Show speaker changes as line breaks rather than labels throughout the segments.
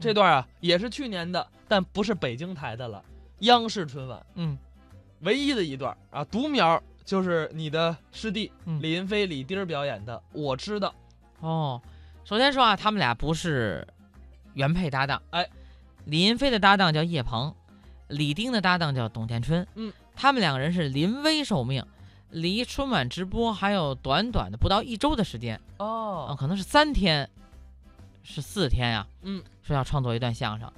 这段啊也是去年的，但不是北京台的了，央视春晚
嗯
唯一的一段啊，独苗就是你的师弟
嗯
李云飞、李丁儿表演的《我知道
哦，首先说啊，他们俩不是原配搭档，
哎，
李云飞的搭档叫叶鹏，李丁的搭档叫董建春，
嗯，
他们两个人是临危受命，离春晚直播还有短短的不到一周的时间，》啊，
哦，
可能是三天，是四天呀、
嗯，
说要创作一段相声，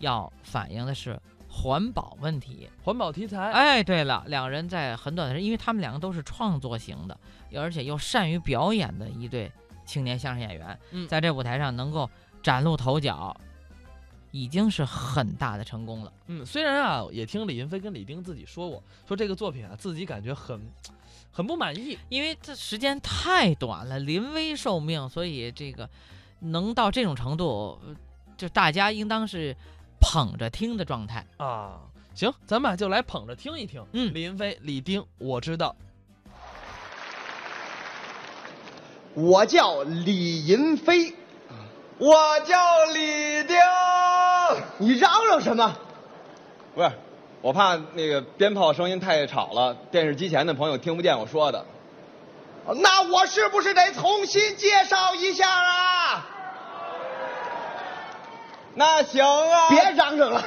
要反映的是环保问题，
环保题材，
哎，对了，两人在很短的时间，因为他们两个都是创作型的，而且又善于表演的一对青年相声演员，
嗯
在这舞台上能够崭露头角，已经是很大的成功了。
嗯，虽然啊，也听李云飞跟李丁自己说过，说这个作品啊，自己感觉很很不满意。
因为这时间太短了，临危受命，所以这个能到这种程度，呃就大家应当是捧着听的状态。
啊，行，咱们啊就来捧着听一听。
嗯
李云飞、李丁，我知道。
我叫李银飞，
我叫李丁，
你嚷嚷什么？
不是，我怕那个鞭炮声音太吵了，电视机前的朋友听不见我说的。
哦那我是不是得重新介绍一下啊？
那行啊，
别，嚷嚷了，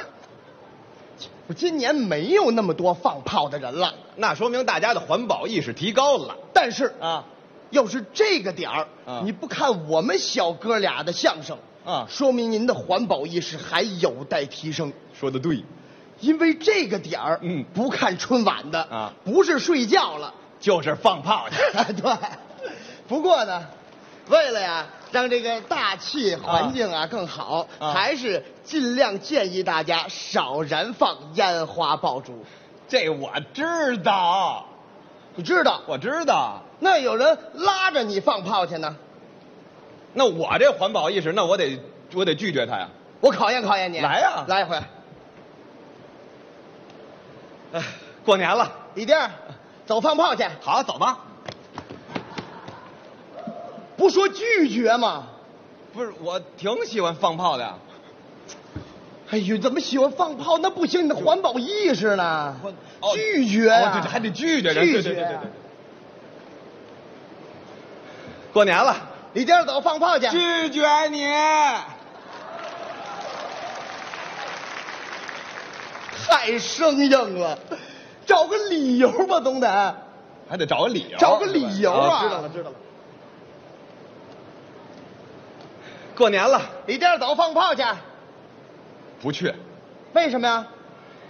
我今年没有那么多放炮的人了，
那说明大家的环保意识提高了
但是
啊。
要是这个点儿、
啊
你不看我们小哥俩的相声
啊
说明您的环保意识还有待提升。
说的对，
因为这个点儿，
嗯
不看春晚的
啊
不是睡觉 了，
就是放炮去。
对，不过呢，为了呀让这个大气环境啊更好，
啊
还是尽量建议大家少燃放烟花爆竹。
这我知道，
你知道，
我知道。
那有人拉着你放炮去呢，
那我这环保意识，那我得我得拒绝他呀。
我考验考验你。
来啊呀
来一回。
哎，过年了，
李丁儿，走放炮去，
好，啊走吧。
不说拒绝吗？
不是，我挺喜欢放炮的呀。
哎呦，怎么喜欢放炮？那不行，你的环保意识呢
我？哦
拒绝呀、
哦对对还得拒绝啊人
拒
对对
绝
对对
呀、
对过年了，
李丁儿，走放炮去。
拒绝你。
太生硬了，找个理由吧，总得
还得找个理由，哦
找个理由啊！
知道了，
知道了。
过年了
李店走放炮去，
不去，
为什么呀？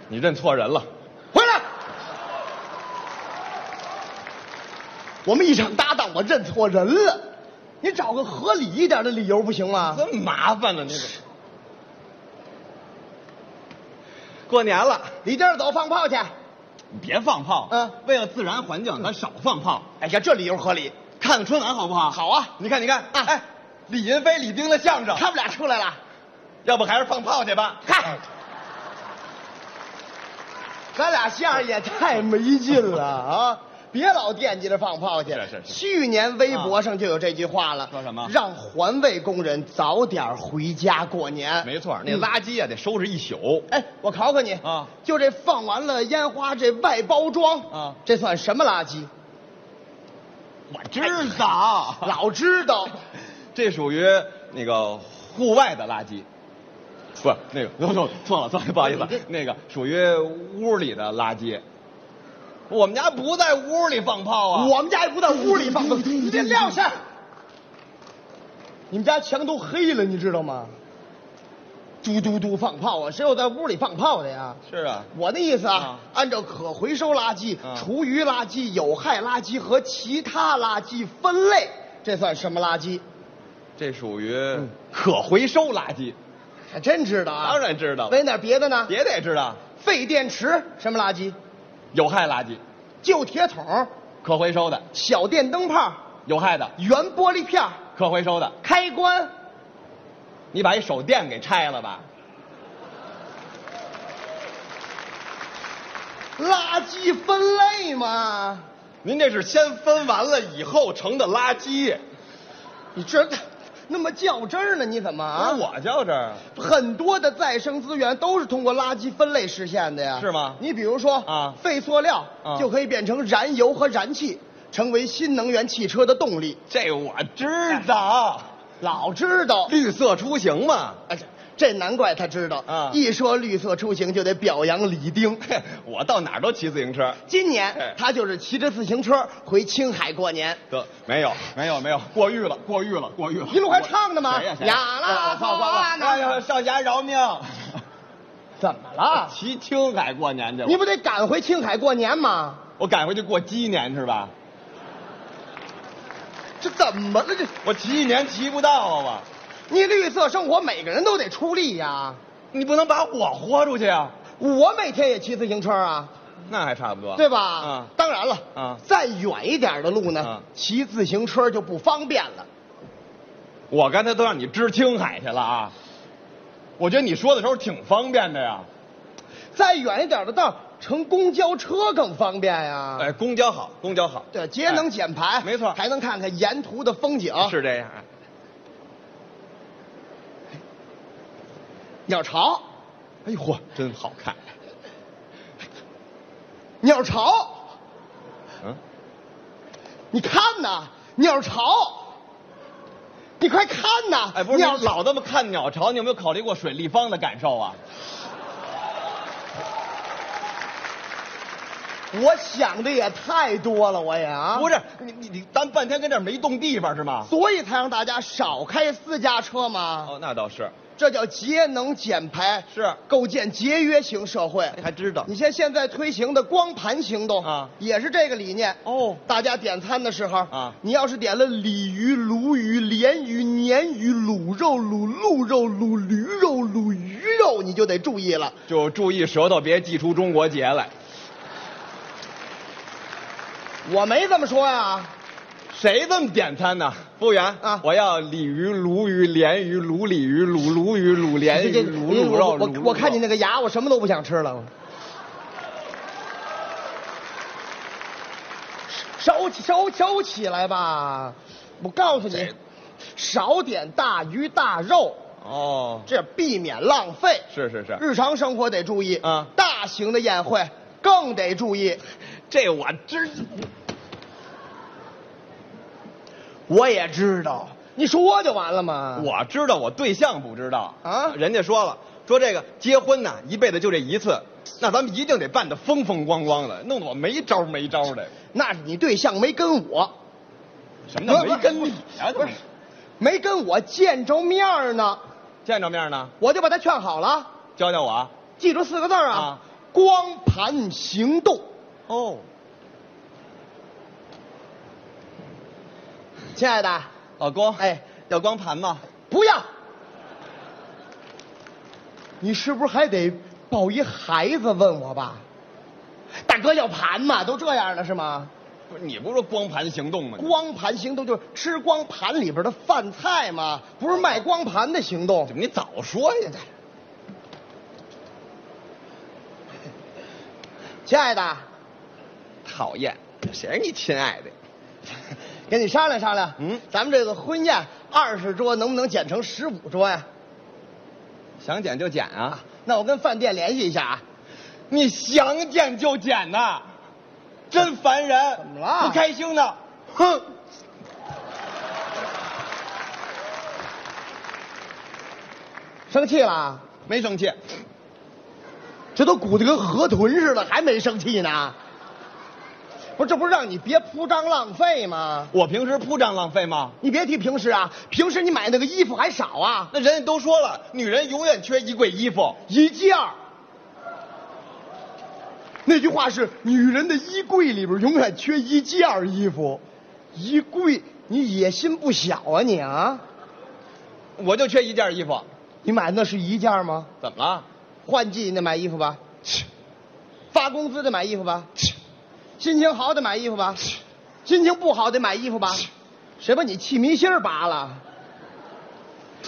你认错人了。
回来！我们一场搭档，我认错人了。你找个合理一点的理由不行吗？
这么麻烦呢，你怎么？过年了，
李店走放炮去。
你别放炮。
嗯
为了自然环境，咱少放炮。
哎呀，这理由合理。
看看春晚好不好？
好啊
你看，你看，
啊
哎，李云飞、李丁的相声，
他们俩出来了，
要不还是放炮去吧？
嗨，咱俩相声也太没劲了啊！别老惦记着放炮去。
是是是啊
去年微博上就有这句话了，
说什么
让环卫工人早点回家过年。
没错，那
嗯
垃圾啊得收拾一宿。
哎，我考考你
啊
就这放完了烟花这外包装
啊
这算什么垃圾？
我知道
老知 道，
这属于那个户外的垃圾，不是那个，no, no, 错了错了，不好意思
你这，
那个属于屋里的垃圾。我们家不在屋里放炮啊，
我们家也不在屋里 放的，你这撂下。你们家墙都黑了，你知道吗？嘟嘟嘟放炮啊！谁有在屋里放炮的呀？
是啊，
我的意思啊，
啊
按照可回收垃圾、
啊
厨余垃圾、有害垃圾和其他垃圾分类，这算什么垃圾？
这属于可回收垃圾，
还真知嗯道啊！
当然知道了
问点别的呢？
也得知道，
废电池什么垃圾？
有害垃圾，
旧铁桶、
可回收的，
小电灯泡、
有害的，
圆玻璃片、
可回收的。
开关。
你把一手电给拆了吧？
垃圾分类嘛，
您这是先分完了以后成的垃圾，
你这那么较真儿呢？你怎么啊？
那我较真儿，
很多的再生资源都是通过垃圾分类实现的呀，
是吗
你比如说
啊
废塑料
啊
就可以变成燃油和燃气，成为新能源汽车的动力。
这我知道，
老知道，
绿色出行嘛。
哎，这这难怪他知道
啊
一说绿色出行，就得表扬李丁。
嘿，我到哪儿都骑自行车。
今
哎
年他就是骑着自行车回青海过年，
得，没有，没有，没有，过誉了，过誉了，过誉了。
一路还唱呢吗
谁呀？谁
呀啦嗦啦呢
哎呀，少侠饶命！
啊 怎么了？
骑青海过年去，
你不得赶回青海过年吗？
我赶回去过鸡年是吧？
这怎么了？这
我骑一年骑不到啊，
你绿色生活，每个人都得出力呀。
我你不能把我豁出去啊！
我每天也骑自行车啊，
那还差不多，
对吧？
啊，
当然了，
啊
再远一点的路呢，
啊
骑自行车就不方便了。
我刚才都让你知青海去了啊！我觉得你说的时候挺方便的呀。
再远一点的道，乘公交车更方便呀、
哎，公交好，公交好，
啊对，节能减排，
没错
还能看看沿途的风景。
是这样。哎
鸟巢，
哎呦嚯，真好看！
鸟巢，
嗯，
你看呐，鸟巢，你快看呐！
哎，不是，
鸟
你老这么看鸟巢，你有没有考虑过水立方的感受啊？
我想的也太多了，我也啊，
不，是，你你你，咱半天跟这儿没动地方是吗？
所以才让大家少开私家车嘛。
哦，那倒是，
这叫节能减排，
是啊
构建节约型社会。
哎还知道
你像现在推行的光盘行动
啊
也是这个理念。
哦
大家点餐的时候
啊
你要是点了鲤鱼、鲈鱼、鲢鱼、鲶鱼、卤肉、卤鹿肉、卤驴肉、卤鱼肉，你就得注意了。
就注意舌头别祭出中国结来。
我没这么说呀、
谁这么点餐呢？服务员
啊
我要鲤鱼、鲈鱼、鲢鱼、鲈鲤鱼、鲈鲈鱼、鲈鲢
哎这
鱼、
这
鲈
这
鲈肉。
我
鲈
我我看你那
个，
个牙，我什么都不想吃了。收起收收起来吧！我告诉你
这，
少点大鱼大肉，
哦，
这避免浪费。
是是是，
日常生活得注意
啊
大型的宴会更得注意。
这我知。
我也知道，你说就完了吗？
我知道，我对象不知道
啊
人家说了，说这个结婚呐，一辈子就这一次，那咱们一定得办得风风光光的，弄得我没招儿没招儿的。
那是你对象没跟我，
什么叫
不是
没跟你呀？
不
怎么
是，没跟我见着面儿呢，
见着面呢，
我就把他劝好了。
教教我啊。
记住四个字儿啊，
啊
光盘行动。
哦，
亲爱的，
老公，
哎，
哦要光盘吗？
不要。你是不是还得抱一孩子问我吧？大哥要盘嘛，都这样了是吗？
不是，你不是说光盘行动吗？
光盘行动就是吃光盘里边的饭菜嘛，不是卖光盘的行动
怎。么你早说呀？
亲爱的，
讨厌，谁是你亲爱的？
跟你商量商量，
嗯
咱们这个婚宴二十桌能不能减成十五桌呀、
想减就减啊！
那我跟饭店联系一下啊。
你想减就减呐、真烦人！
怎么了
不开心呢？哼！
生气了啊？
没生气，
这都鼓得跟河豚似的，还没生气呢。不是，这不是让你别铺张浪费吗？
我平时铺张浪费吗？
你别提平时啊，平时你买那个衣服还少啊，
那人家都说了，女人永远缺一柜衣服。
一件儿。那句话是：女人的衣柜里边永远缺一件儿衣服。衣柜，你野心不小啊你啊！
我就缺一件衣服，
你买的那是一件儿吗？
怎么了？
换季你得买衣服吧，发工资得买衣服吧，心情好得买衣服吧，心情不好得买衣服吧，谁把你气迷心儿拔了？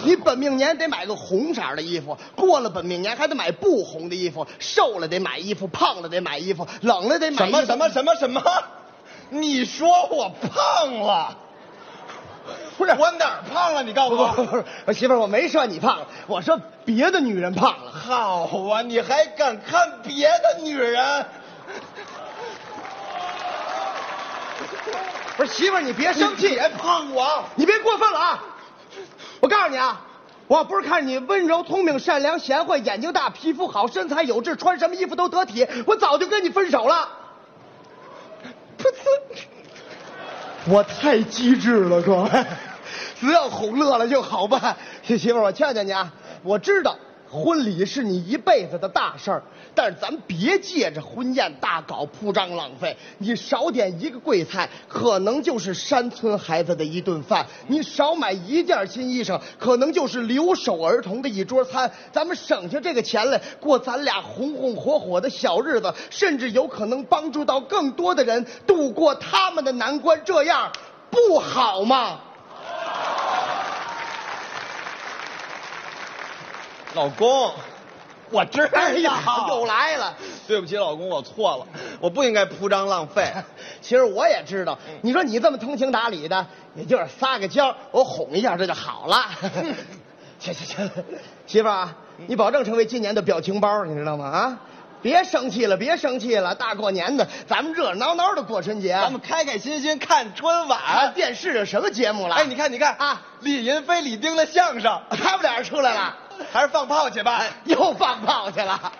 你本命年得买个红色儿的衣服，过了本命年还得买不红的衣服，瘦了得买衣服，胖了得买衣服，冷了得买
什
衣
么
服。
什么什么什么？你说我胖了？
不是
我哪儿胖了？你告诉
不不不
我。
是我媳妇儿，我没说你胖了，我说别的女人胖了。
好啊，你还敢看别的女人？
不是媳妇儿，你别生 气，
别碰我！
你别过分了啊！我告诉你啊，我要不是看着你温柔、聪明、善良、贤惠、眼睛大、皮肤好、身材有致，穿什么衣服都得体，我早就跟你分手了。噗呲！我太机智了，各位，只要哄乐了就好办。媳妇儿，我劝劝你啊，我知道婚礼是你一辈子的大事儿，但是咱别借着婚宴大搞铺张浪费。你少点一个贵菜，可能就是山村孩子的一顿饭；你少买一件新衣裳，可能就是留守儿童的一桌餐。咱们省下这个钱来，过咱俩红红火火的小日子，甚至有可能帮助到更多的人度过他们的难关。这样不好吗？
老公，我知道。
哎呀， 又来了。
对不起，老公，我错了，我不应该铺张浪 费。
其实我也知道，
嗯
你说你这么通情达理的，也就是撒个娇，我哄一下这就好了。 行行行，媳妇儿啊，
嗯
你保证成为今年的表情包，你知道吗？啊，别生气了，别生气了，大过年的，咱们热热闹闹的过春节。
咱们开开心心看春
啊，
晚。
电视上什么节目了？
哎，你 看，你看
啊，
李云飞、李丁的相声，
他们俩出来了，
还是放炮去吧。
又放炮去了。